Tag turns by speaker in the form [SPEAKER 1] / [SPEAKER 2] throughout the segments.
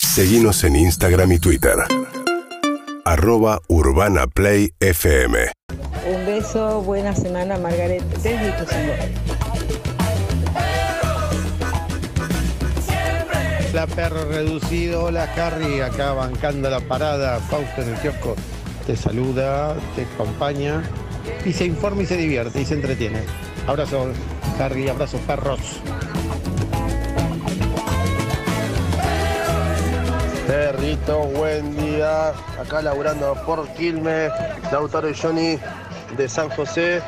[SPEAKER 1] Seguimos en Instagram y Twitter. Arroba Urbana Play FM.
[SPEAKER 2] Un beso, buena semana, Margaret. Desde Ituzaingó.
[SPEAKER 3] La perro reducido, hola Harry, acá bancando la parada, Fausto en el kiosco, te saluda, te acompaña y se informa y se divierte y se entretiene. Abrazo Harry, abrazos perros.
[SPEAKER 4] Perrito, buen día. Acá laburando por Quilmes, Lautaro y Johnny de San José.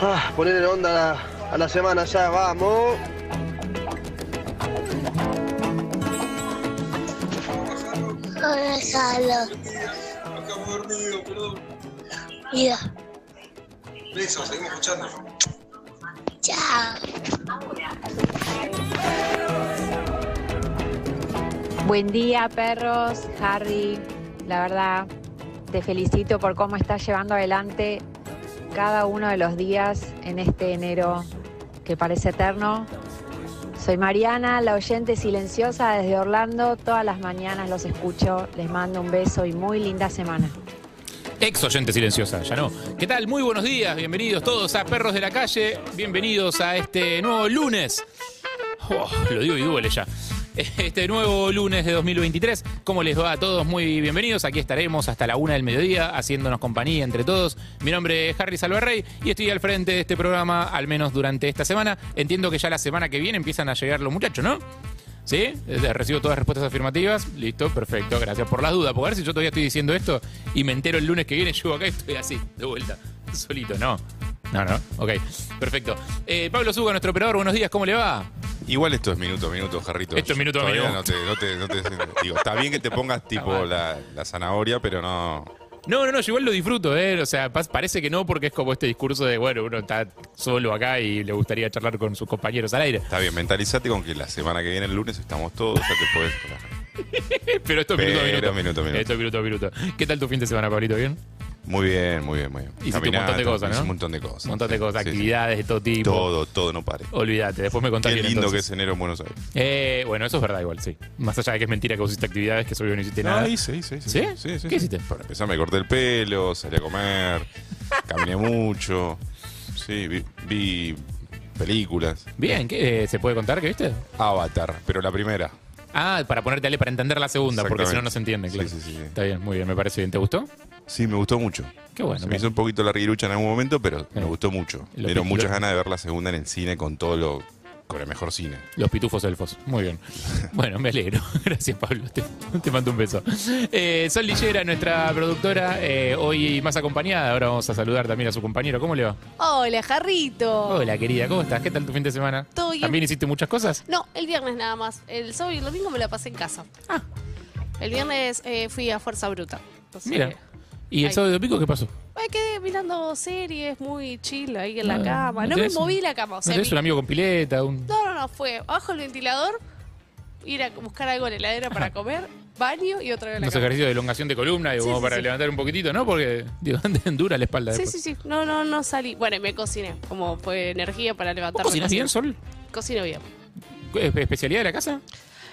[SPEAKER 4] Ah, ponerle onda a la, a la semana ya, vamos.
[SPEAKER 5] Hola, Salo. Mira,
[SPEAKER 6] Besos, seguimos escuchando.
[SPEAKER 5] chao.
[SPEAKER 7] Buen día, perros. Harry, la verdad, te felicito por cómo estás llevando adelante cada uno de los días en este enero que parece eterno. Soy Mariana, la oyente silenciosa desde Orlando. Todas las mañanas los escucho. Les mando un beso y muy linda semana.
[SPEAKER 8] Ex oyente silenciosa, ya no. ¿Qué tal? Muy buenos días, bienvenidos todos a Perros de la Calle, bienvenidos a este nuevo lunes. Oh, lo digo y duele ya. Este nuevo lunes de 2023, ¿cómo les va a todos? Muy bienvenidos, aquí estaremos hasta la una del mediodía haciéndonos compañía entre todos. Mi nombre es Harry Salvarrey y estoy al frente de este programa, al menos durante esta semana. Entiendo que ya la semana que viene empiezan a llegar los muchachos, ¿no? ¿Sí? Eh, Recibo todas las respuestas afirmativas. Listo, perfecto. Gracias por las dudas. Porque a ver si yo todavía estoy diciendo esto y me entero el lunes que viene, llego acá y estoy así, de vuelta, solito. No. No, no. Ok, perfecto. Eh, Pablo Zuga, nuestro operador, buenos días, ¿cómo le va?
[SPEAKER 9] Igual esto es minuto a minuto, Jarrito.
[SPEAKER 8] Esto es minuto a
[SPEAKER 9] Todavía
[SPEAKER 8] minuto.
[SPEAKER 9] No te, no te- no te- digo, está bien que te pongas tipo la, la zanahoria, pero no.
[SPEAKER 8] No, no, no, yo igual lo disfruto, ¿eh? O sea, pas- parece que no, porque es como este discurso de, bueno, uno está solo acá y le gustaría charlar con sus compañeros al aire.
[SPEAKER 9] Está bien, mentalizate con que la semana que viene, el lunes, estamos todos, ya te puedes.
[SPEAKER 8] Pero esto es minuto a minuto.
[SPEAKER 9] Pero minuto a minuto.
[SPEAKER 8] Esto es minuto a minuto. ¿Qué tal tu fin de semana, Pablito? ¿Bien?
[SPEAKER 9] Muy bien, muy bien, muy bien.
[SPEAKER 8] Hiciste un
[SPEAKER 9] Caminando,
[SPEAKER 8] montón de cosas, ¿no?
[SPEAKER 9] hice Un montón de cosas.
[SPEAKER 8] Un montón de cosas,
[SPEAKER 9] Sí, sí.
[SPEAKER 8] actividades de todo tipo.
[SPEAKER 9] Todo, todo, no pare.
[SPEAKER 8] Olvídate, después me contás
[SPEAKER 9] Qué
[SPEAKER 8] bien,
[SPEAKER 9] lindo que
[SPEAKER 8] entonces.
[SPEAKER 9] es enero en Buenos Aires.
[SPEAKER 8] Eh, bueno, eso es verdad igual, sí. Más allá de que es mentira que vos hiciste actividades, que soy no hiciste nada.
[SPEAKER 9] hice, hice, hice.
[SPEAKER 8] ¿Sí?
[SPEAKER 9] sí, sí
[SPEAKER 8] ¿Qué
[SPEAKER 9] sí.
[SPEAKER 8] hiciste?
[SPEAKER 9] Para empezar, me corté el pelo, salí a comer, caminé mucho. Sí, vi, vi películas.
[SPEAKER 8] Bien, ¿qué, eh, ¿se puede contar que viste?
[SPEAKER 9] Avatar, pero la primera.
[SPEAKER 8] Ah, para ponerte ale para entender la segunda, porque si no, no se entiende,
[SPEAKER 9] Exactamente.
[SPEAKER 8] claro.
[SPEAKER 9] Sí, sí, sí, sí.
[SPEAKER 8] Está bien, muy bien, me parece bien. ¿Te gustó?
[SPEAKER 9] Sí, me gustó mucho.
[SPEAKER 8] Qué bueno.
[SPEAKER 9] Se me
[SPEAKER 8] bien.
[SPEAKER 9] hizo un poquito larguirucha en algún momento, pero me
[SPEAKER 8] Sí.
[SPEAKER 9] gustó mucho.
[SPEAKER 8] Lo
[SPEAKER 9] Me dieron
[SPEAKER 8] pi-
[SPEAKER 9] muchas
[SPEAKER 8] lo-
[SPEAKER 9] ganas de ver la segunda en el cine con todo lo. con el mejor cine.
[SPEAKER 8] Los pitufos elfos. Muy bien. Bueno, me alegro. Gracias, Pablo. Te, te mando un beso. Eh, Sol Lillera, nuestra productora, eh, hoy más acompañada. Ahora vamos a saludar también a su compañero. ¿Cómo le va?
[SPEAKER 10] Hola, Jarrito.
[SPEAKER 8] Hola, querida. ¿Cómo estás? ¿Qué tal tu fin de semana?
[SPEAKER 10] Todo bien.
[SPEAKER 8] ¿También hiciste muchas cosas?
[SPEAKER 10] No, el viernes nada más. El sábado y el domingo me la pasé en casa.
[SPEAKER 8] Ah.
[SPEAKER 10] El viernes eh, fui a Fuerza Bruta. Así
[SPEAKER 8] Mira.
[SPEAKER 10] que,
[SPEAKER 8] ¿Y el
[SPEAKER 10] Ay.
[SPEAKER 8] sábado de pico qué pasó?
[SPEAKER 10] Me quedé mirando series muy chill ahí en la
[SPEAKER 8] Ah,
[SPEAKER 10] cama. No me
[SPEAKER 8] tenés un-
[SPEAKER 10] moví de la cama. O sea,
[SPEAKER 8] ¿No tenés
[SPEAKER 10] mi-
[SPEAKER 8] un amigo con pileta? Un...
[SPEAKER 10] No, no, no. Fue abajo el ventilador, ir a buscar algo en la heladera para comer, baño y otra vez en la
[SPEAKER 8] Unos
[SPEAKER 10] cama.
[SPEAKER 8] ejercicios de elongación de columna, digo,
[SPEAKER 10] Sí,
[SPEAKER 8] como
[SPEAKER 10] sí,
[SPEAKER 8] para
[SPEAKER 10] sí.
[SPEAKER 8] levantar un poquitito, ¿no? Porque, digo, dura la espalda
[SPEAKER 10] Sí,
[SPEAKER 8] después.
[SPEAKER 10] sí, sí. No, no, no salí. Bueno, y me cociné. Como fue energía para
[SPEAKER 8] ¿Vos
[SPEAKER 10] levantarme.
[SPEAKER 8] cocinas bien,
[SPEAKER 10] cocino.
[SPEAKER 8] Sol?
[SPEAKER 10] Cocino bien.
[SPEAKER 8] ¿Es- ¿Especialidad de la casa?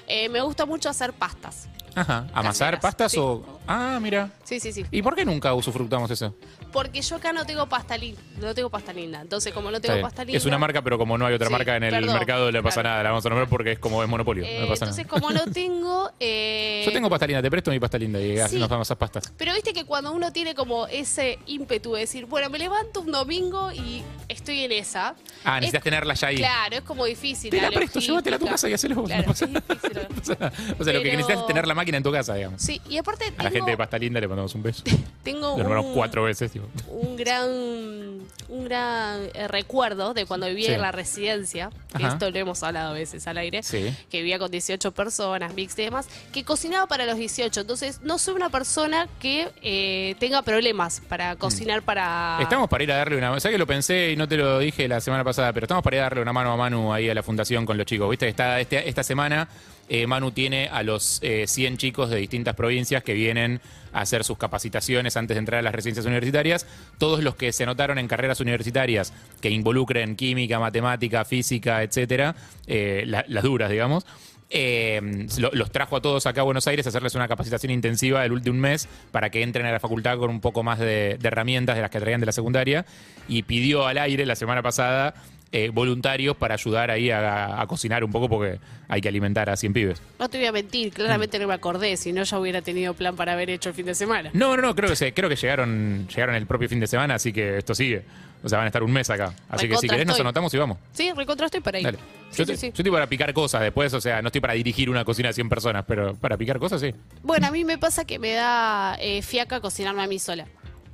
[SPEAKER 10] Eh, me gusta mucho hacer pastas.
[SPEAKER 8] Ajá. ¿Amasar
[SPEAKER 10] Caseras,
[SPEAKER 8] pastas
[SPEAKER 10] sí.
[SPEAKER 8] o...? Ah, mira.
[SPEAKER 10] Sí, sí, sí.
[SPEAKER 8] ¿Y por qué nunca usufructamos eso?
[SPEAKER 10] Porque yo acá no tengo pasta linda, no tengo pasta linda. Entonces, como no
[SPEAKER 8] Está
[SPEAKER 10] tengo
[SPEAKER 8] bien.
[SPEAKER 10] pasta linda.
[SPEAKER 8] Es una marca, pero como no hay otra
[SPEAKER 10] Sí,
[SPEAKER 8] marca en el
[SPEAKER 10] perdón,
[SPEAKER 8] mercado, no pasa
[SPEAKER 10] claro.
[SPEAKER 8] nada. La vamos a nombrar porque es como es monopolio.
[SPEAKER 10] eh,
[SPEAKER 8] no pasa
[SPEAKER 10] entonces,
[SPEAKER 8] nada.
[SPEAKER 10] como no tengo. eh,
[SPEAKER 8] Yo tengo pasta linda, te presto mi pasta linda y así
[SPEAKER 10] Sí.
[SPEAKER 8] nos damos esas pastas.
[SPEAKER 10] Pero viste que cuando uno tiene como ese ímpetu de decir, bueno, me levanto un domingo y estoy en esa.
[SPEAKER 8] Ah, necesitas
[SPEAKER 10] Es-
[SPEAKER 8] tenerla ya ahí.
[SPEAKER 10] Claro, es como difícil.
[SPEAKER 8] Te la presto, llévatela a tu
[SPEAKER 10] logística.
[SPEAKER 8] casa y hacelo vos.
[SPEAKER 10] Claro,
[SPEAKER 8] no pasa
[SPEAKER 10] es
[SPEAKER 8] nada.
[SPEAKER 10] difícil.
[SPEAKER 8] O sea, o sea, lo que
[SPEAKER 10] Pero-
[SPEAKER 8] necesitas es tener la máquina en tu casa, digamos.
[SPEAKER 10] Sí, y aparte tengo,
[SPEAKER 8] A la gente de pasta linda le mandamos un beso.
[SPEAKER 10] tengo
[SPEAKER 8] Lo nombramos
[SPEAKER 10] un,
[SPEAKER 8] cuatro veces, digo.
[SPEAKER 10] un gran, un gran eh, recuerdo de cuando vivía
[SPEAKER 8] Sí.
[SPEAKER 10] en la residencia. que
[SPEAKER 8] Ajá.
[SPEAKER 10] Esto lo hemos hablado a veces al aire.
[SPEAKER 8] Sí.
[SPEAKER 10] que vivía con 18 personas, mixta y demás, que cocinaba para los 18. Entonces, no soy una persona que eh, tenga problemas para cocinar para...
[SPEAKER 8] Mm. Estamos para ir a darle una mano. Sabes que lo pensé y no te lo dije la semana pasada, pero estamos para ir a darle una mano a Manu ahí a la fundación con los chicos. Viste, está, este- esta semana eh, Manu tiene a los eh, 100 chicos de distintas provincias que vienen a hacer sus capacitaciones antes de entrar a las residencias universitarias. Todos los que se anotaron en carreras universitarias que involucren química, matemática, física, etcétera, eh, la- las duras, digamos. eh, lo- los trajo a todos acá a Buenos Aires a hacerles una capacitación intensiva del último mes para que entren a la facultad con un poco más de, de herramientas de las que traían de la secundaria y pidió al aire la semana pasada eh, voluntarios para ayudar ahí a, a cocinar un poco porque hay que alimentar a 100 pibes.
[SPEAKER 10] No te voy a mentir, claramente no me acordé, si no ya hubiera tenido plan para haber hecho el fin de semana.
[SPEAKER 8] Mm. No, no, no, creo que se, creo que llegaron, llegaron el propio fin de semana, así que esto sigue. O sea, van a estar un mes acá. Así que si
[SPEAKER 10] Recontra
[SPEAKER 8] querés nos
[SPEAKER 10] estoy.
[SPEAKER 8] anotamos y vamos.
[SPEAKER 10] Sí, recontra estoy para ahí.
[SPEAKER 8] Dale.
[SPEAKER 10] Sí,
[SPEAKER 8] Yo,
[SPEAKER 10] sí,
[SPEAKER 8] te-
[SPEAKER 10] sí.
[SPEAKER 8] yo estoy para picar cosas después, o sea, no estoy para dirigir una cocina de 100 personas, pero para picar cosas sí.
[SPEAKER 10] Bueno, a mí me pasa que me da eh, fiaca cocinarme a mí sola.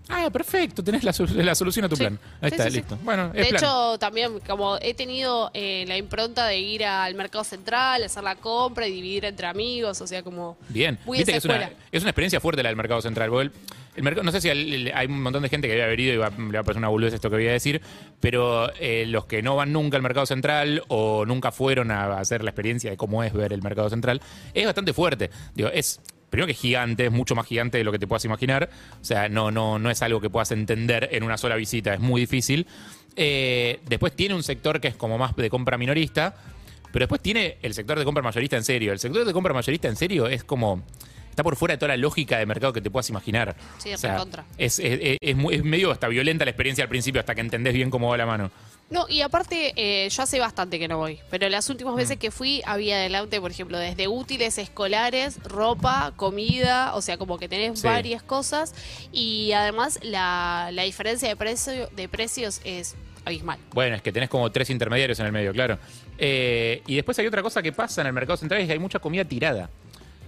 [SPEAKER 8] Ah, perfecto, tenés la, sol- la solución a tu plan. Ahí
[SPEAKER 10] Sí,
[SPEAKER 8] está,
[SPEAKER 10] sí, sí.
[SPEAKER 8] listo. Bueno,
[SPEAKER 10] De
[SPEAKER 8] es plan.
[SPEAKER 10] hecho, también como he tenido eh, la impronta de ir al mercado central, hacer la compra y dividir entre amigos, o sea, como...
[SPEAKER 8] Bien,
[SPEAKER 10] Muy
[SPEAKER 8] viste
[SPEAKER 10] esa
[SPEAKER 8] que es una,
[SPEAKER 10] escuela.
[SPEAKER 8] es una experiencia fuerte la del mercado central. porque El, el mercado, no sé si al- el- hay un montón de gente que debe haber ido y va- le va a parecer una boludez esto que voy a decir, pero eh, los que no van nunca al mercado central o nunca fueron a, hacer la experiencia de cómo es ver el mercado central, es bastante fuerte. Digo, es. Primero que es gigante, es mucho más gigante de lo que te puedas imaginar. O sea, no, no, no es algo que puedas entender en una sola visita, es muy difícil. Eh, después tiene un sector que es como más de compra minorista, pero después tiene el sector de compra mayorista en serio. El sector de compra mayorista en serio es como. Está por fuera de toda la lógica de mercado que te puedas imaginar.
[SPEAKER 10] Sí, recontra.
[SPEAKER 8] es, es, es- es muy- es medio hasta violenta la experiencia al principio, hasta que entendés bien cómo va la mano.
[SPEAKER 10] No, y aparte, eh, yo hace bastante que no voy, pero las últimas veces que fui había adelante, por ejemplo, desde útiles escolares, ropa, comida, o sea, como que tenés
[SPEAKER 8] Sí.
[SPEAKER 10] varias cosas y además la, la diferencia de, precio, de precios es abismal.
[SPEAKER 8] Bueno, es que tenés como tres intermediarios en el medio, claro. Eh, y después hay otra cosa que pasa en el mercado central, es que hay mucha comida tirada.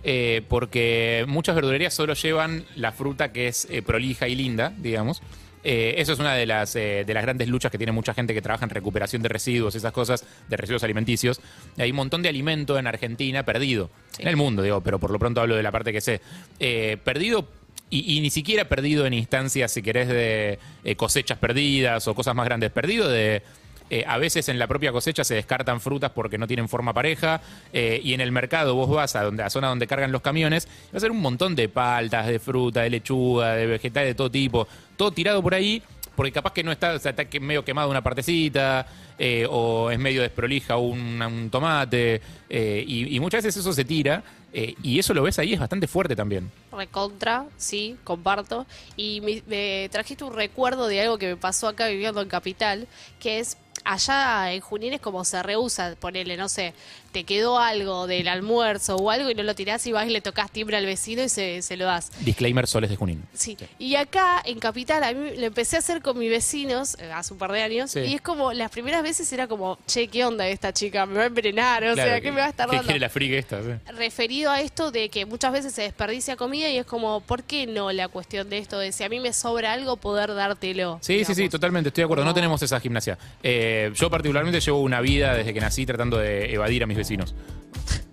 [SPEAKER 8] Eh, porque muchas verdulerías solo llevan la fruta que es eh, prolija y linda, digamos. Eh, eso es una de las, eh, de las grandes luchas que tiene mucha gente que trabaja en recuperación de residuos, esas cosas, de residuos alimenticios. Hay un montón de alimento en Argentina perdido, en el mundo, digo, pero por lo pronto hablo de la parte que sé. Eh, perdido y, y ni siquiera perdido en instancias, si querés, de eh, cosechas perdidas o cosas más grandes. Perdido de. eh, a veces en la propia cosecha se descartan frutas porque no tienen forma pareja. eh, y en el mercado vos vas a donde, a zona donde cargan los camiones. y Va a ser un montón de paltas, de fruta, de lechuga, de vegetales de todo tipo. Todo tirado por ahí. Porque capaz que no está, o sea, está que- medio quemado una partecita, eh, o es medio desprolija un, un tomate, eh, y, y muchas veces eso se tira, eh, y eso lo ves ahí, es bastante fuerte también.
[SPEAKER 10] Recontra, sí, comparto. Y me, me trajiste un recuerdo de algo que me pasó acá viviendo en Capital, que es allá en Junín es como se rehúsa, ponele, no sé, te quedó algo del almuerzo o algo y no lo tirás y vas y le tocas timbre al vecino y se, se lo das.
[SPEAKER 8] Disclaimer, soles de Junín.
[SPEAKER 10] Sí. Y acá en Capital, a mí lo empecé a hacer con mis vecinos eh, hace un par de años.
[SPEAKER 8] Sí.
[SPEAKER 10] Y es como, las primeras veces era como, che, ¿qué onda esta chica? ¿Me va a envenenar? O
[SPEAKER 8] Claro,
[SPEAKER 10] sea, ¿qué me va a estar
[SPEAKER 8] que
[SPEAKER 10] dando?
[SPEAKER 8] quiere la friga esta? sí.
[SPEAKER 10] referido a esto de que muchas veces se desperdicia comida y es como, ¿por qué no la cuestión de esto de si a mí me sobra algo poder dártelo?
[SPEAKER 8] Sí, sí, sí, totalmente, estoy de acuerdo. No tenemos esa gimnasia. Eh, yo particularmente llevo una vida desde que nací tratando de evadir a mis vecinos.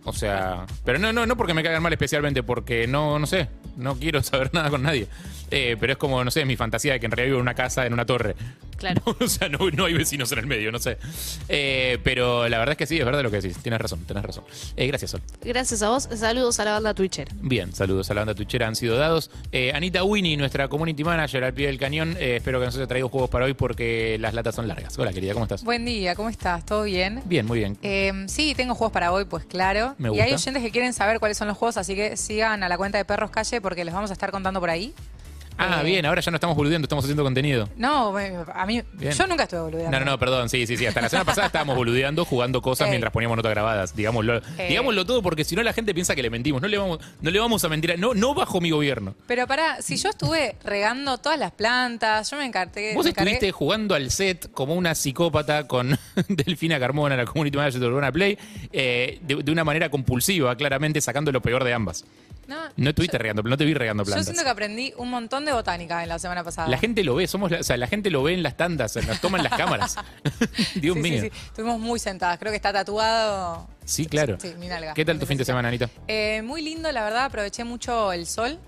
[SPEAKER 8] O sea, pero no, no, no porque me caigan mal especialmente, porque no, no sé, no quiero saber nada con nadie. Eh, pero es como, no sé, mi fantasía de que en realidad vivo en una casa, en una torre.
[SPEAKER 10] Claro.
[SPEAKER 8] o sea, no, no hay vecinos en el medio, no sé. Eh, pero la verdad es que sí, es verdad lo que decís. Tienes razón, tenés razón. Eh, gracias, Sol.
[SPEAKER 10] Gracias a vos, saludos a la banda Twitcher.
[SPEAKER 8] Bien, saludos a la banda Twitchera, han sido dados. Eh, Anita Winnie, nuestra community manager al pie del cañón, eh, espero que nos haya traído juegos para hoy porque las latas son largas. Hola querida, ¿cómo estás?
[SPEAKER 11] Buen día, ¿cómo estás? ¿Todo bien?
[SPEAKER 8] Bien, muy bien.
[SPEAKER 11] Eh, sí, tengo juegos para hoy, pues claro.
[SPEAKER 8] Me
[SPEAKER 11] Y hay
[SPEAKER 8] gusta.
[SPEAKER 11] oyentes que quieren saber cuáles son los juegos, así que sigan a la cuenta de Perros Calle porque les vamos a estar contando por ahí.
[SPEAKER 8] Ah,
[SPEAKER 11] eh,
[SPEAKER 8] bien, ahora ya no estamos boludeando, estamos haciendo contenido.
[SPEAKER 11] No, bueno, a mí,
[SPEAKER 8] Bien.
[SPEAKER 11] yo nunca estuve boludeando.
[SPEAKER 8] No, no, no, perdón, sí, sí, sí. Hasta la semana pasada estábamos boludeando, jugando cosas
[SPEAKER 11] Ey.
[SPEAKER 8] mientras poníamos notas grabadas. Digámoslo,
[SPEAKER 11] Ey.
[SPEAKER 8] digámoslo todo porque si no la gente piensa que le mentimos. No le vamos, no le vamos a mentir. a- No, no bajo mi gobierno.
[SPEAKER 11] Pero pará, si yo estuve regando todas las plantas, yo me encarté.
[SPEAKER 8] Vos
[SPEAKER 11] me encargué-
[SPEAKER 8] estuviste jugando al set como una psicópata con Delfina Carmona, la community manager de Urbana Play, eh, de, de una manera compulsiva, claramente sacando lo peor de ambas.
[SPEAKER 11] No,
[SPEAKER 8] No estuviste regando, no te vi regando
[SPEAKER 11] yo
[SPEAKER 8] plantas.
[SPEAKER 11] siento que aprendí un montón de botánica en la semana pasada.
[SPEAKER 8] La gente lo ve, somos la- o sea, la gente lo ve en las tandas, nos toman las cámaras. Dios
[SPEAKER 11] Sí, sí,
[SPEAKER 8] mío.
[SPEAKER 11] sí, Estuvimos muy sentadas, creo que está tatuado.
[SPEAKER 8] Sí, claro.
[SPEAKER 11] Sí, mi nalga.
[SPEAKER 8] ¿Qué tal tu fin de semana, Anita?
[SPEAKER 11] Eh, muy lindo, la verdad, aproveché mucho el sol.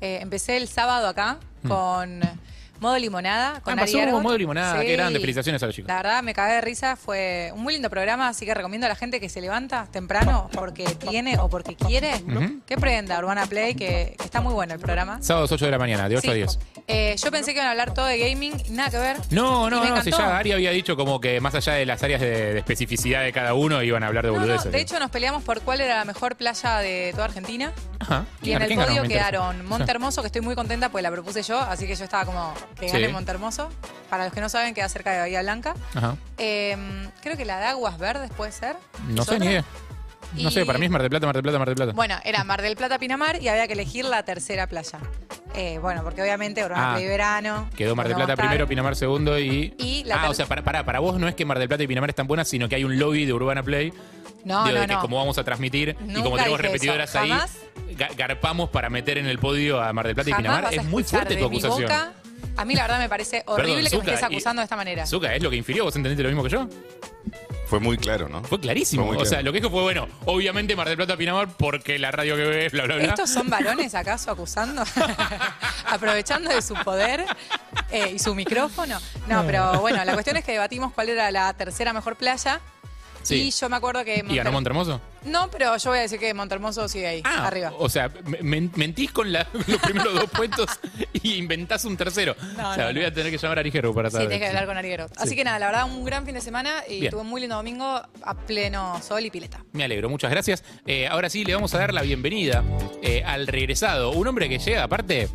[SPEAKER 11] Eh, empecé el sábado acá
[SPEAKER 8] Mm.
[SPEAKER 11] con Modo limonada. Con
[SPEAKER 8] Ah, pasó
[SPEAKER 11] Ari Argot.
[SPEAKER 8] modo limonada,
[SPEAKER 11] Sí.
[SPEAKER 8] qué grande. Felicitaciones a los chicos.
[SPEAKER 11] La verdad, me cagué de risa. Fue un muy lindo programa, así que recomiendo a la gente que se levanta temprano porque tiene o porque quiere
[SPEAKER 8] Ujú.
[SPEAKER 11] que prenda Urbana Play, que, que está muy bueno el programa.
[SPEAKER 8] Sábados 8 de la mañana, de 8 a
[SPEAKER 11] Sí.
[SPEAKER 8] 10.
[SPEAKER 11] Eh, yo pensé que iban a hablar todo de gaming, nada que ver.
[SPEAKER 8] No,
[SPEAKER 11] Y
[SPEAKER 8] no,
[SPEAKER 11] me
[SPEAKER 8] no, si
[SPEAKER 11] encantó.
[SPEAKER 8] ya Ari había dicho como que más allá de las áreas de, de especificidad de cada uno iban a hablar de
[SPEAKER 11] No, no,
[SPEAKER 8] boludeces.
[SPEAKER 11] de hecho nos peleamos por cuál era la mejor playa de toda Argentina.
[SPEAKER 8] Ajá.
[SPEAKER 11] Y en
[SPEAKER 8] Claro,
[SPEAKER 11] el
[SPEAKER 8] ¿quién ganó?
[SPEAKER 11] podio
[SPEAKER 8] Me interesa.
[SPEAKER 11] quedaron Monte
[SPEAKER 8] Sí.
[SPEAKER 11] Hermoso, que estoy muy contenta porque la propuse yo, así que yo estaba como que gane
[SPEAKER 8] Sí.
[SPEAKER 11] Monte Hermoso. Para los que no saben, queda cerca de Bahía Blanca.
[SPEAKER 8] Ajá.
[SPEAKER 11] Eh, creo que la de Aguas Verdes puede ser.
[SPEAKER 8] No sé, ni idea. No sé,
[SPEAKER 11] Y-
[SPEAKER 8] para mí es Mar del Plata, Mar del Plata, Mar del Plata.
[SPEAKER 11] Bueno, era Mar del Plata, Pinamar y había que elegir la tercera playa. Eh, bueno, porque obviamente Urbana
[SPEAKER 8] Ah.
[SPEAKER 11] Play verano.
[SPEAKER 8] Quedó Mar del
[SPEAKER 11] no va a
[SPEAKER 8] Plata
[SPEAKER 11] estar.
[SPEAKER 8] primero, Pinamar segundo y...
[SPEAKER 11] Y la
[SPEAKER 8] Ah,
[SPEAKER 11] ter-
[SPEAKER 8] o sea, para, para, para vos no es que Mar del Plata y Pinamar están buenas, sino que hay un lobby de Urbana Play.
[SPEAKER 11] No,
[SPEAKER 8] digo,
[SPEAKER 11] no,
[SPEAKER 8] de que
[SPEAKER 11] no.
[SPEAKER 8] como vamos a transmitir y como
[SPEAKER 11] Nunca
[SPEAKER 8] tenemos
[SPEAKER 11] dije eso,
[SPEAKER 8] repetidoras ahí,
[SPEAKER 11] jamás.
[SPEAKER 8] ga- garpamos para meter en el podio a Mar del Plata y
[SPEAKER 11] Jamás vas
[SPEAKER 8] Pinamar.
[SPEAKER 11] a
[SPEAKER 8] Es muy
[SPEAKER 11] escuchar
[SPEAKER 8] fuerte
[SPEAKER 11] de
[SPEAKER 8] tu
[SPEAKER 11] mi
[SPEAKER 8] acusación.
[SPEAKER 11] boca. A mí la verdad me parece horrible que
[SPEAKER 8] Zucca,
[SPEAKER 11] me estés
[SPEAKER 8] y-
[SPEAKER 11] acusando de esta manera.
[SPEAKER 8] Zucca, es lo que infirió, ¿vos entendiste lo mismo que yo?
[SPEAKER 9] Fue muy claro, ¿no?
[SPEAKER 8] Fue clarísimo.
[SPEAKER 9] Fue muy
[SPEAKER 8] o sea,
[SPEAKER 9] claro.
[SPEAKER 8] lo que dijo fue, bueno, obviamente Mar del Plata Pinamar porque la radio que ve, bla, bla, bla.
[SPEAKER 11] ¿Estos son varones acaso acusando? Aprovechando de su poder eh, y su micrófono. No, pero bueno, la cuestión es que debatimos cuál era la tercera mejor playa.
[SPEAKER 8] Sí.
[SPEAKER 11] Y yo me acuerdo que.
[SPEAKER 8] ¿Y ganó
[SPEAKER 11] Monter-
[SPEAKER 8] Montermoso? Ah,
[SPEAKER 11] No, pero yo voy a decir que Montermoso sigue ahí, arriba.
[SPEAKER 8] O sea, me- men- mentís con la- los primeros dos puestos y inventás un tercero.
[SPEAKER 11] No,
[SPEAKER 8] o sea,
[SPEAKER 11] no,
[SPEAKER 8] lo voy a tener que llamar a Ligero para
[SPEAKER 11] Sí,
[SPEAKER 8] saber.
[SPEAKER 11] tenés que hablar con Ariguero. Así
[SPEAKER 8] Sí.
[SPEAKER 11] que nada, la verdad, un gran fin de semana y
[SPEAKER 8] Bien.
[SPEAKER 11] tuve un muy lindo domingo a pleno sol y pileta.
[SPEAKER 8] Me alegro, muchas gracias. Eh, ahora sí, le vamos a dar la bienvenida eh, al regresado. Un hombre que llega, aparte,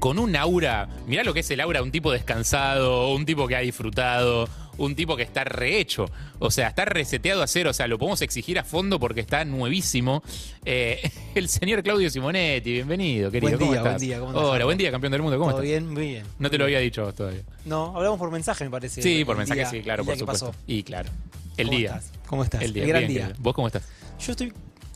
[SPEAKER 8] con un aura. Mirá lo que es el aura, un tipo descansado, un tipo que ha disfrutado, un tipo que está rehecho. O sea, está reseteado a cero. O sea, lo podemos exigir a fondo porque está nuevísimo. Eh, el señor Claudio Simonetti, bienvenido, querido.
[SPEAKER 12] Buen
[SPEAKER 8] ¿Cómo
[SPEAKER 12] día,
[SPEAKER 8] estás?
[SPEAKER 12] buen día, ¿cómo andás?
[SPEAKER 8] Hola, buen día, campeón del mundo. ¿Cómo
[SPEAKER 12] ¿Todo
[SPEAKER 8] estás?
[SPEAKER 12] bien? Muy bien.
[SPEAKER 8] No te lo había dicho vos todavía.
[SPEAKER 12] No, hablamos por mensaje, me parece.
[SPEAKER 8] Sí,
[SPEAKER 12] el
[SPEAKER 8] por mensaje,
[SPEAKER 12] día-
[SPEAKER 8] sí, claro,
[SPEAKER 12] el día
[SPEAKER 8] por
[SPEAKER 12] que
[SPEAKER 8] supuesto.
[SPEAKER 12] pasó.
[SPEAKER 8] Y claro. El
[SPEAKER 12] ¿Cómo
[SPEAKER 8] día.
[SPEAKER 12] estás? ¿Cómo estás?
[SPEAKER 8] El día.
[SPEAKER 12] El gran
[SPEAKER 8] bien,
[SPEAKER 12] día.
[SPEAKER 8] querido. ¿Vos cómo estás?
[SPEAKER 12] Yo estoy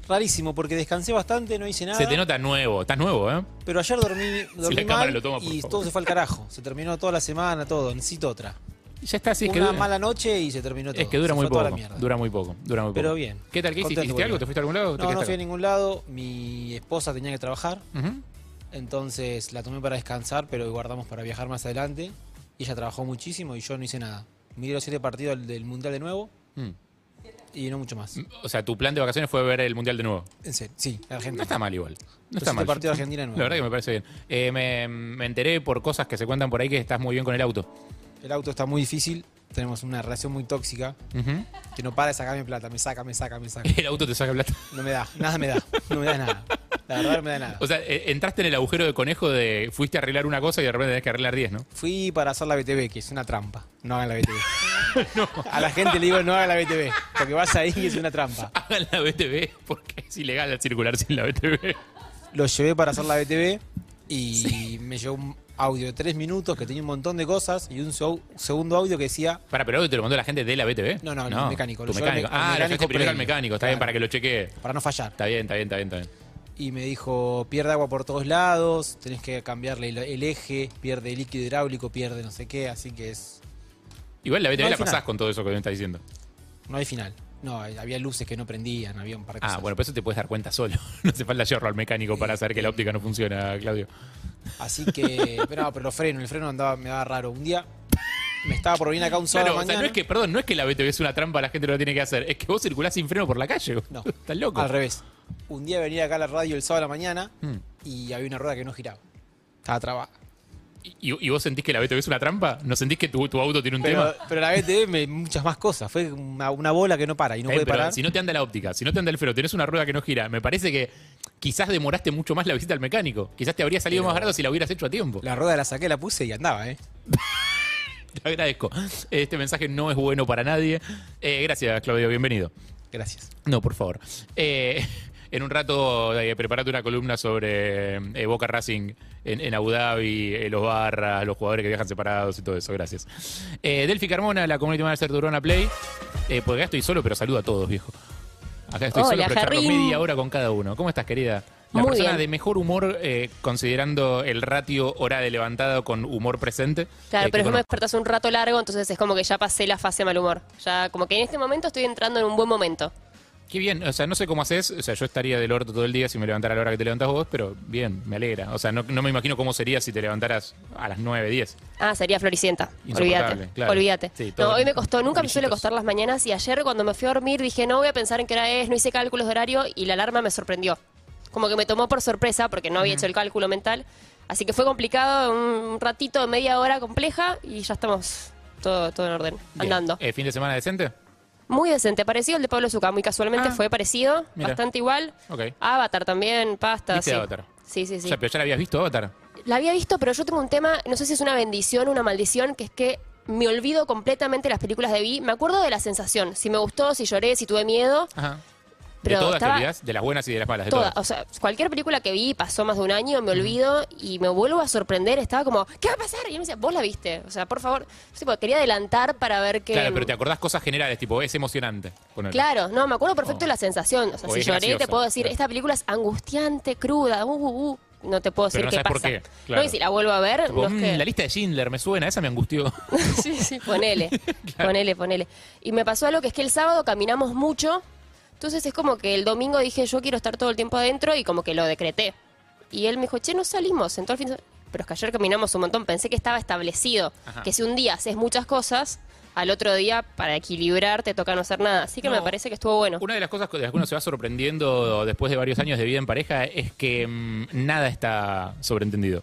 [SPEAKER 12] rarísimo porque descansé bastante, no hice nada.
[SPEAKER 8] Se te nota nuevo, estás nuevo, ¿eh?
[SPEAKER 12] Pero ayer dormí, dormí
[SPEAKER 8] la cámara
[SPEAKER 12] mal
[SPEAKER 8] lo toma, por
[SPEAKER 12] y
[SPEAKER 8] favor.
[SPEAKER 12] todo se fue al carajo. Se terminó toda la semana, todo. Necesito otra.
[SPEAKER 8] Ya está, sí, es
[SPEAKER 12] Una
[SPEAKER 8] que dura.
[SPEAKER 12] mala noche y se terminó todo.
[SPEAKER 8] Es que dura
[SPEAKER 12] Se
[SPEAKER 8] muy
[SPEAKER 12] fue toda la
[SPEAKER 8] poco.
[SPEAKER 12] mierda.
[SPEAKER 8] Dura muy poco. Dura muy poco.
[SPEAKER 12] Pero bien.
[SPEAKER 8] ¿Qué tal? ¿Qué hiciste?
[SPEAKER 12] Contento
[SPEAKER 8] ¿Hiciste
[SPEAKER 12] porque-
[SPEAKER 8] algo? ¿Te fuiste a algún lado? ¿Te
[SPEAKER 12] No, no
[SPEAKER 8] quedaste
[SPEAKER 12] fui a
[SPEAKER 8] acá?
[SPEAKER 12] ningún lado. Mi esposa tenía que trabajar.
[SPEAKER 8] Ujú.
[SPEAKER 12] Entonces la tomé para descansar, pero guardamos para viajar más adelante. Y ella trabajó muchísimo y yo no hice nada. Miré los siete partidos del- del Mundial de nuevo
[SPEAKER 8] Mm.
[SPEAKER 12] y no mucho más.
[SPEAKER 8] O sea, tu plan de vacaciones fue ver el Mundial de nuevo.
[SPEAKER 12] En serio, sí, la Argentina.
[SPEAKER 8] No está mal igual. No
[SPEAKER 12] Entonces,
[SPEAKER 8] está
[SPEAKER 12] este
[SPEAKER 8] mal.
[SPEAKER 12] partido de Argentina no.
[SPEAKER 8] La verdad que me parece bien. Eh, me, me enteré por cosas que se cuentan por ahí que estás muy bien con el auto.
[SPEAKER 12] El auto está muy difícil, tenemos una relación muy tóxica
[SPEAKER 8] Ujú.
[SPEAKER 12] que no para de sacarme plata, me saca, me saca, me saca.
[SPEAKER 8] El auto te saca plata.
[SPEAKER 12] No me da, nada me da, no me da nada. La verdad no me da nada.
[SPEAKER 8] O sea, eh, entraste en el agujero de conejo de fuiste a arreglar una cosa y de repente tenés que arreglar 10, ¿no?
[SPEAKER 12] Fui para hacer la BTV, que es una trampa. No hagan la BTV. A la gente le digo no hagan la BTV, porque vas ahí y es una trampa.
[SPEAKER 8] Hagan la BTV porque es ilegal circular sin la BTV.
[SPEAKER 12] Lo llevé para hacer la BTV y me llegó un audio de tres minutos que tenía un montón de cosas y un so- segundo audio que decía
[SPEAKER 8] Para, pero te lo mandó la gente de la BTV.
[SPEAKER 12] No, no, el mecánico,
[SPEAKER 8] Tu
[SPEAKER 12] lo llevó al
[SPEAKER 8] mecánico.
[SPEAKER 12] me- al
[SPEAKER 8] Ah, lo
[SPEAKER 12] mecánico
[SPEAKER 8] llevaste primero al
[SPEAKER 12] previo.
[SPEAKER 8] mecánico. Está bien,
[SPEAKER 12] Claro.
[SPEAKER 8] para que lo chequee.
[SPEAKER 12] para no fallar.
[SPEAKER 8] Está bien, está bien, está bien, está bien.
[SPEAKER 12] y me dijo, pierde agua por todos lados, tenés que cambiarle el, el eje, pierde líquido hidráulico, pierde no sé qué, así que es
[SPEAKER 8] Igual la BTV
[SPEAKER 12] No hay
[SPEAKER 8] la pasás
[SPEAKER 12] final.
[SPEAKER 8] con todo eso que me está diciendo.
[SPEAKER 12] no hay final. No, hay- había luces que no prendían, había un par de
[SPEAKER 8] Ah,
[SPEAKER 12] cosas.
[SPEAKER 8] bueno, pero eso te puedes dar cuenta solo. No hace falta hierro al mecánico para saber que la óptica no funciona, Claudio.
[SPEAKER 12] Así que, pero no, pero los frenos, el freno andaba, me daba raro. Un día me estaba por venir acá un sábado
[SPEAKER 8] Claro,
[SPEAKER 12] a
[SPEAKER 8] o
[SPEAKER 12] la
[SPEAKER 8] sea, no
[SPEAKER 12] mañana.
[SPEAKER 8] es que, perdón, no es que la BTV es una trampa, la gente no lo tiene que hacer. Es que vos circulás sin freno por la calle.
[SPEAKER 12] No.
[SPEAKER 8] Estás loco.
[SPEAKER 12] Al revés. Un día venía acá a la radio el sábado a la mañana
[SPEAKER 8] Mm.
[SPEAKER 12] y había una rueda que no giraba. Estaba trabada.
[SPEAKER 8] Eh, ¿Y, y vos sentís que la BTV es una trampa? ¿No sentís que tu, tu auto tiene un
[SPEAKER 12] Pero,
[SPEAKER 8] tema?
[SPEAKER 12] pero la BTV me muchas más cosas. Fue una, una bola que no para y no
[SPEAKER 8] Está bien,
[SPEAKER 12] puede
[SPEAKER 8] Eh, pero
[SPEAKER 12] parar.
[SPEAKER 8] si no te anda la óptica, si no te anda el freno, tenés una rueda que no gira, me parece que quizás demoraste mucho más la visita al mecánico. Quizás te habría salido
[SPEAKER 12] Pero-
[SPEAKER 8] más barato si la hubieras hecho a tiempo.
[SPEAKER 12] La rueda la saqué, la puse y andaba, ¿eh?
[SPEAKER 8] Te agradezco. Este mensaje no es bueno para nadie. Eh, gracias, Claudio. Bienvenido.
[SPEAKER 12] Gracias.
[SPEAKER 8] No, por favor. Eh, en un rato, eh, preparate una columna sobre eh, Boca Racing en, en Abu Dhabi, eh, los barras, los jugadores que viajan separados y todo eso. Gracias. Eh, Delphi Carmona, la community manager de Urona Play. Eh, porque acá estoy solo, pero saludo a todos, viejo. Acá estoy
[SPEAKER 13] Hola,
[SPEAKER 8] solo, pero charlo
[SPEAKER 13] Jarrín.
[SPEAKER 8] media hora con cada uno. ¿Cómo estás, querida? La
[SPEAKER 13] Muy
[SPEAKER 8] persona
[SPEAKER 13] bien.
[SPEAKER 8] de mejor humor, eh, considerando el ratio hora de levantada con humor presente.
[SPEAKER 13] Claro,
[SPEAKER 8] eh, que
[SPEAKER 13] pero yo me
[SPEAKER 8] conozco.
[SPEAKER 13] despertás un rato largo, entonces es como que ya pasé la fase de mal humor. Ya como que en este momento estoy entrando en un buen momento.
[SPEAKER 8] Qué bien, o sea, no sé cómo haces, o sea, yo estaría del orto todo el día si me levantara a la hora que te levantás vos, pero bien, me alegra. O sea, no, no me imagino cómo sería si te levantaras a las 9, 10.
[SPEAKER 13] Ah, sería floricienta.
[SPEAKER 8] Insoportable,
[SPEAKER 13] Olvídate.
[SPEAKER 8] claro.
[SPEAKER 13] Olvídate.
[SPEAKER 8] Sí, todo
[SPEAKER 13] no, hoy
[SPEAKER 8] con-
[SPEAKER 13] me costó, nunca me suele
[SPEAKER 8] brillitos.
[SPEAKER 13] costar las mañanas y ayer cuando me fui a dormir dije, no voy a pensar en qué hora es, no hice cálculos de horario y la alarma me sorprendió. Como que me tomó por sorpresa porque no había hecho el cálculo mental. Así que fue complicado, un ratito, media hora compleja y ya estamos todo, todo en orden,
[SPEAKER 8] Bien.
[SPEAKER 13] andando.
[SPEAKER 8] Eh, ¿Fin de semana decente? Ah.
[SPEAKER 13] Muy decente, parecido al de Pablo Zucca, muy casualmente fue parecido,
[SPEAKER 8] mira.
[SPEAKER 13] bastante igual.
[SPEAKER 8] Ok.
[SPEAKER 13] Avatar también, pasta.
[SPEAKER 8] ¿Viste
[SPEAKER 13] sí.
[SPEAKER 8] Avatar?
[SPEAKER 13] Sí, sí, sí.
[SPEAKER 8] Ya, pero ya la habías visto, Avatar.
[SPEAKER 13] La había visto, pero yo tengo un tema, no sé si es una bendición, una maldición, que es que me olvido completamente las películas de Vi. Me acuerdo de la sensación, si me gustó, si lloré, si tuve miedo,
[SPEAKER 8] Ajá.
[SPEAKER 13] Pero
[SPEAKER 8] de todas
[SPEAKER 13] estaba-
[SPEAKER 8] te olvidás, de las buenas y de las malas, de
[SPEAKER 13] toda.
[SPEAKER 8] todas.
[SPEAKER 13] O sea, cualquier película que vi pasó más de un año, me olvido y me vuelvo a sorprender. Estaba como, ¿qué va a pasar? Y él me decía, vos la viste, o sea, por favor. Yo, tipo, quería adelantar para ver que...
[SPEAKER 8] Claro, pero te acordás cosas generales, tipo, es emocionante. ponele. Oh.
[SPEAKER 13] Claro, no, me acuerdo perfecto de la sensación. O sea,
[SPEAKER 8] O
[SPEAKER 13] si
[SPEAKER 8] es
[SPEAKER 13] lloré,
[SPEAKER 8] graciosa,
[SPEAKER 13] te puedo decir,
[SPEAKER 8] claro.
[SPEAKER 13] esta película es angustiante, cruda, uh, uh, uh. No te puedo decir
[SPEAKER 8] Pero no
[SPEAKER 13] qué
[SPEAKER 8] sabes
[SPEAKER 13] pasa.
[SPEAKER 8] por qué, claro.
[SPEAKER 13] No, y si la vuelvo a ver,
[SPEAKER 8] Tipo,
[SPEAKER 13] no es
[SPEAKER 8] "Mm,
[SPEAKER 13] que...
[SPEAKER 8] La lista de Schindler me suena, esa me angustió.
[SPEAKER 13] sí, sí, ponele. Ponele, ponele. Y me pasó algo que es que el sábado caminamos mucho, entonces es como que el domingo dije yo quiero estar todo el tiempo adentro y como que lo decreté. Y él me dijo, che, no salimos, en todo el fin de semana". Pero es que ayer caminamos un montón, pensé que estaba establecido,
[SPEAKER 10] Ajá.
[SPEAKER 13] que si un día haces muchas cosas, al otro día para equilibrar te toca no hacer nada. Así que me parece que estuvo bueno.
[SPEAKER 8] Una de las cosas de las que uno se va sorprendiendo después de varios años de vida en pareja es que mm, nada está sobreentendido.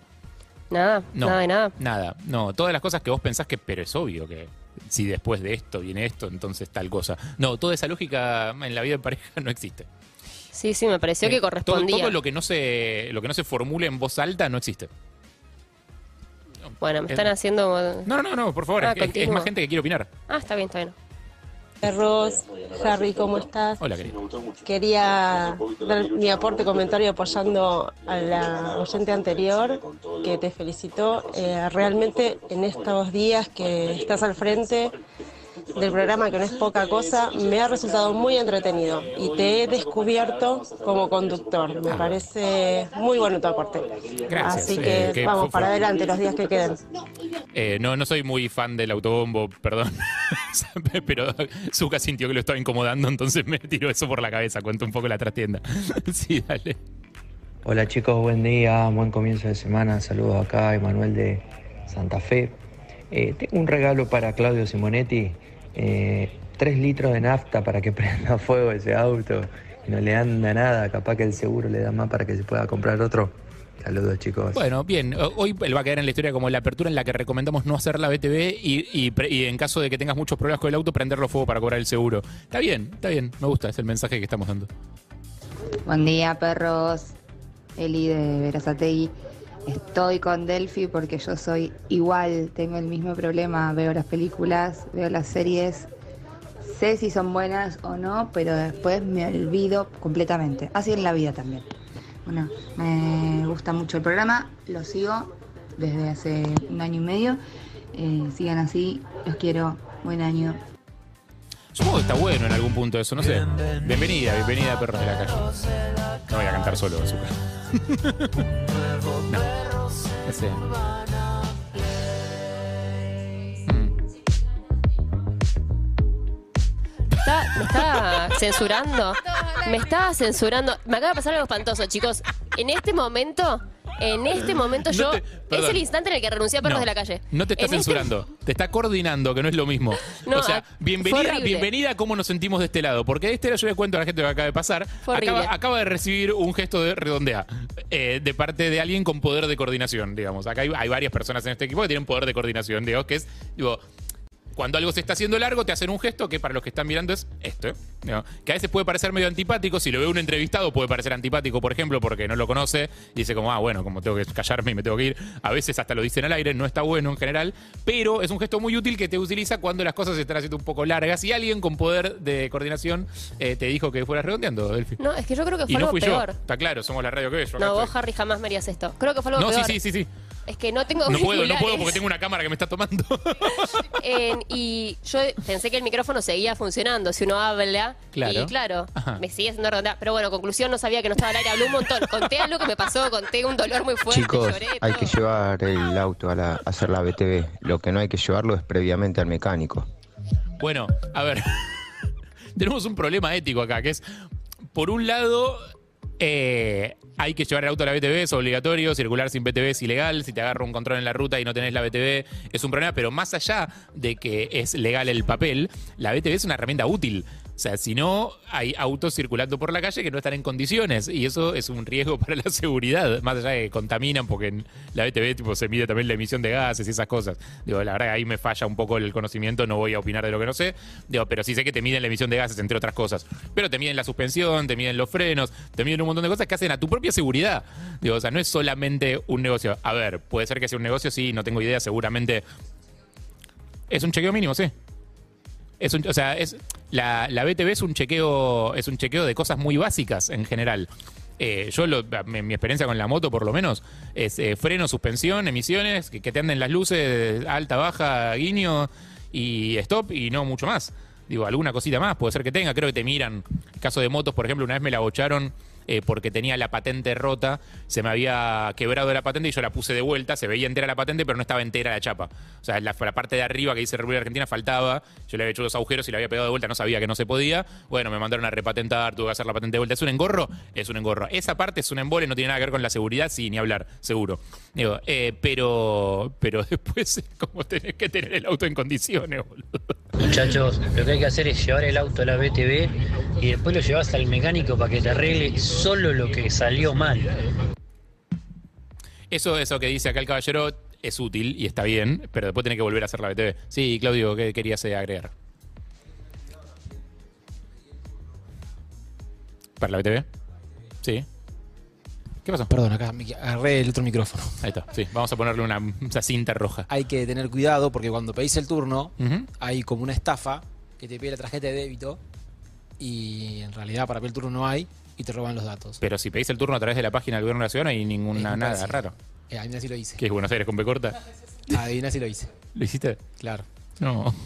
[SPEAKER 13] Nada,
[SPEAKER 8] No,
[SPEAKER 13] nada de nada.
[SPEAKER 8] Nada, no. Todas las cosas que vos pensás que, pero es obvio que si después de esto viene esto, entonces tal cosa. No, toda esa lógica en la vida en pareja no existe.
[SPEAKER 13] Sí, sí, me pareció que
[SPEAKER 8] Eh,
[SPEAKER 13] correspondía.
[SPEAKER 8] Todo, todo lo que no se lo que no se formule en voz alta no existe.
[SPEAKER 13] Bueno, me
[SPEAKER 8] Eh,
[SPEAKER 13] están haciendo...
[SPEAKER 8] No, no, no, por favor,
[SPEAKER 13] Ah,
[SPEAKER 8] es, es- es
[SPEAKER 13] continúa.
[SPEAKER 8] más gente que quiere opinar.
[SPEAKER 13] Ah, está bien, está bien.
[SPEAKER 11] Ros, Eh, Harry, ¿cómo
[SPEAKER 13] Ah.
[SPEAKER 11] estás?
[SPEAKER 8] Hola, querido.
[SPEAKER 11] Quería dar mi aporte, comentario apoyando a la oyente anterior que te felicitó. Eh, realmente en estos días que estás al frente del programa, que no es poca cosa, me ha resultado muy entretenido y te he descubierto como conductor. Me parece muy bueno tu aporte.
[SPEAKER 8] Gracias.
[SPEAKER 11] Así
[SPEAKER 8] Eh,
[SPEAKER 11] que
[SPEAKER 8] que
[SPEAKER 11] vamos
[SPEAKER 8] fue-
[SPEAKER 11] para
[SPEAKER 8] fue-
[SPEAKER 11] adelante los días que queden.
[SPEAKER 8] Eh, no, no soy muy fan del autobombo, perdón. Pero Zuka sintió que lo estaba incomodando, entonces me tiró eso por la cabeza. Cuento un poco la trastienda. sí, dale.
[SPEAKER 12] Hola chicos, buen día, buen comienzo de semana. Saludos acá, Emanuel de Santa Fe. Eh, tengo un regalo para Claudio Simonetti. Eh, tres litros de nafta para que prenda fuego ese auto. Y no le anda nada. Capaz que el seguro le da más para que se pueda comprar otro. Saludos chicos.
[SPEAKER 8] Bueno, bien. O- Hoy él va a quedar en la historia como la apertura en la que recomendamos no hacer la BTV y, y pre- y en caso de que tengas muchos problemas con el auto, prenderlo fuego para cobrar el seguro. Está bien, está bien. Me gusta, es el mensaje que estamos dando.
[SPEAKER 10] Buen día, perros. Eli de Verazategui. Estoy con Delphi porque yo soy igual, tengo el mismo problema. Veo las películas, veo las series, sé si son buenas o no, pero
[SPEAKER 11] pues,
[SPEAKER 10] después me olvido completamente. Así en la vida también. Bueno, me gusta mucho el programa, lo sigo desde hace un año y medio. Eh, sigan así, los quiero. Buen año.
[SPEAKER 8] Supongo que está bueno en algún punto eso, no sé. Bienvenida, bienvenida, perros de la calle. No voy a cantar solo, Azúcar. no. Ese.
[SPEAKER 13] Está- me está censurando. Me está censurando. Me acaba de pasar algo espantoso, chicos. En este momento, en este momento
[SPEAKER 8] No
[SPEAKER 13] yo.
[SPEAKER 8] te-
[SPEAKER 13] es
[SPEAKER 8] perdón.
[SPEAKER 13] el instante en el que renuncié a perros
[SPEAKER 8] No,
[SPEAKER 13] de la calle.
[SPEAKER 8] No te está
[SPEAKER 13] En este-
[SPEAKER 8] censurando, te está coordinando, que no es lo mismo.
[SPEAKER 13] No,
[SPEAKER 8] o sea,
[SPEAKER 13] fue
[SPEAKER 8] bienvenida,
[SPEAKER 13] horrible.
[SPEAKER 8] bienvenida a cómo nos sentimos de este lado. Porque de este lado yo le cuento a la gente lo que acaba de pasar.
[SPEAKER 13] Fue horrible.
[SPEAKER 8] Acaba, acaba de recibir un gesto de redondea eh, de parte de alguien con poder de coordinación, digamos. Acá hay, hay varias personas en este equipo que tienen poder de coordinación, digamos, que es, digo, cuando algo se está haciendo largo, te hacen un gesto que para los que están mirando es esto. ¿eh? ¿No? Que a veces puede parecer medio antipático. Si lo ve un entrevistado, puede parecer antipático, por ejemplo, porque no lo conoce. Y dice como, ah, bueno, como tengo que callarme y me tengo que ir. A veces hasta lo dicen al aire, no está bueno en general. Pero es un gesto muy útil que te utiliza cuando las cosas se están haciendo un poco largas. Y alguien con poder de coordinación eh, te dijo que fueras redondeando, Delphi.
[SPEAKER 13] No, es que yo creo que fue
[SPEAKER 8] y no
[SPEAKER 13] algo
[SPEAKER 8] fui
[SPEAKER 13] peor.
[SPEAKER 8] yo. Está claro, somos la radio que ves. yo acá
[SPEAKER 13] No,
[SPEAKER 8] estoy.
[SPEAKER 13] vos, Harry, jamás me harías esto. Creo que fue algo
[SPEAKER 8] No, sí,
[SPEAKER 13] peor.
[SPEAKER 8] sí, sí, sí.
[SPEAKER 13] Es que no tengo
[SPEAKER 8] No puedo, no puedo
[SPEAKER 13] auriculares.
[SPEAKER 8] porque tengo una cámara que me está tomando.
[SPEAKER 13] En- y yo pensé que el micrófono seguía funcionando si uno habla.
[SPEAKER 8] Claro.
[SPEAKER 13] Y claro,
[SPEAKER 8] Ajá.
[SPEAKER 13] me sigue haciendo redondear. Pero bueno, conclusión, no sabía que no estaba al aire. Hablé un montón. Conté algo que me pasó, conté un dolor muy fuerte,
[SPEAKER 14] Chicos,
[SPEAKER 13] lloré.
[SPEAKER 14] hay que llevar el auto a, la- a hacer la BTV. Lo que no hay que llevarlo es previamente al mecánico.
[SPEAKER 8] Bueno, a ver. tenemos un problema ético acá, que es, por un lado, eh, hay que llevar el auto a la BTV, es obligatorio, circular sin BTV es ilegal, si te agarra un control en la ruta y no tenés la BTV es un problema, pero más allá de que es legal el papel, la BTV es una herramienta útil. O sea, si no, hay autos circulando por la calle que no están en condiciones y eso es un riesgo para la seguridad, más allá de que eh, contaminan porque en la BTV tipo, se mide también la emisión de gases y esas cosas. Digo, la verdad que ahí me falla un poco el conocimiento, no voy a opinar de lo que no sé, Digo, pero sí sé que te miden la emisión de gases, entre otras cosas. Pero te miden la suspensión, te miden los frenos, te miden un montón de cosas que hacen a tu propia seguridad. Digo, o sea, no es solamente un negocio. A ver, puede ser que sea un negocio, sí, no tengo idea, seguramente. Es un chequeo mínimo, sí. Es un- o sea, es, la, la BTV es un chequeo, es un chequeo de cosas muy básicas en general. Eh, yo, lo- mi, mi experiencia con la moto, por lo menos, es eh, freno, suspensión, emisiones, que, que te anden las luces, alta, baja, guiño y stop y no mucho más. Digo, alguna cosita más puede ser que tenga. Creo que te miran. Caso de motos, por ejemplo, una vez me la bocharon eh, porque tenía la patente rota. Se me había quebrado la patente y yo la puse de vuelta. Se veía entera la patente, pero no estaba entera la chapa. O sea, la, la parte de arriba que dice República Argentina faltaba. Yo le había hecho dos agujeros y la había pegado de vuelta. No sabía que no se podía. Bueno, me mandaron a repatentar. Tuve que hacer la patente de vuelta. ¿Es un engorro? Es un engorro. Esa parte es un embole. No tiene nada que ver con la seguridad. Sí, ni hablar, seguro. Digo, eh, pero, pero después es como tenés que tener el auto en condiciones, boludo.
[SPEAKER 15] Muchachos, lo que hay que hacer es llevar el auto a la BTV y después lo llevas al mecánico para que te arregle solo lo que salió mal.
[SPEAKER 8] Eso, eso que dice acá el caballero es útil y está bien, pero después tiene que volver a hacer la BTV. Sí, Claudio, ¿qué querías eh, agregar? ¿Para la BTV? Sí. ¿Qué pasó?
[SPEAKER 12] Perdón, acá me agarré el otro micrófono.
[SPEAKER 8] Ahí está. Sí, vamos a ponerle una, esa cinta roja.
[SPEAKER 12] Hay que tener cuidado porque cuando pedís el turno,
[SPEAKER 8] Ujú.
[SPEAKER 12] hay como una estafa que te pide la tarjeta de débito y en realidad para pedir el turno no hay y te roban los datos.
[SPEAKER 8] Pero si pedís el turno a través de la página del gobierno de la ciudad no hay ninguna
[SPEAKER 12] Es
[SPEAKER 8] nada
[SPEAKER 12] fácil.
[SPEAKER 8] raro.
[SPEAKER 12] Eh, adivina si lo hice.
[SPEAKER 8] ¿Qué es Buenos Aires con B corta?
[SPEAKER 12] Adivina si lo hice.
[SPEAKER 8] ¿Lo hiciste?
[SPEAKER 12] Claro.
[SPEAKER 8] No.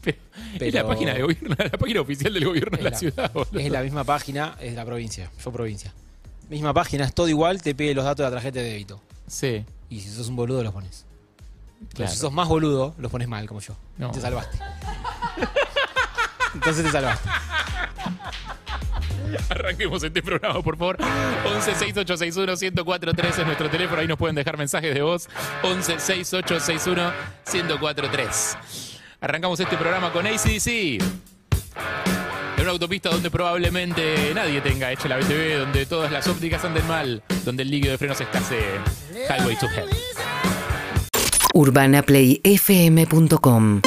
[SPEAKER 8] Pero, Es la
[SPEAKER 12] Pero-
[SPEAKER 8] página de gobierno, la página oficial del gobierno
[SPEAKER 12] Es
[SPEAKER 8] de la,
[SPEAKER 12] la-
[SPEAKER 8] ciudad, boludo.
[SPEAKER 12] Es la misma página, es la provincia. Yo provincia. Misma página, es todo igual, te pide los datos de la tarjeta de débito.
[SPEAKER 8] Sí.
[SPEAKER 12] Y si sos un boludo, los pones. Pero
[SPEAKER 8] Claro.
[SPEAKER 12] si sos más boludo, los pones mal, como yo.
[SPEAKER 8] No.
[SPEAKER 12] Te salvaste. Entonces te salvaste.
[SPEAKER 8] Arranquemos este programa, por favor. 11 6861 1043 es nuestro teléfono. Ahí nos pueden dejar mensajes de voz. 11 6861 1043. Arrancamos este programa con ACDC. En una autopista donde probablemente nadie tenga hecha la BTV, donde todas las ópticas anden mal, donde el líquido de frenos escasee. Highway to Hell.
[SPEAKER 16] UrbanaPlayFM.com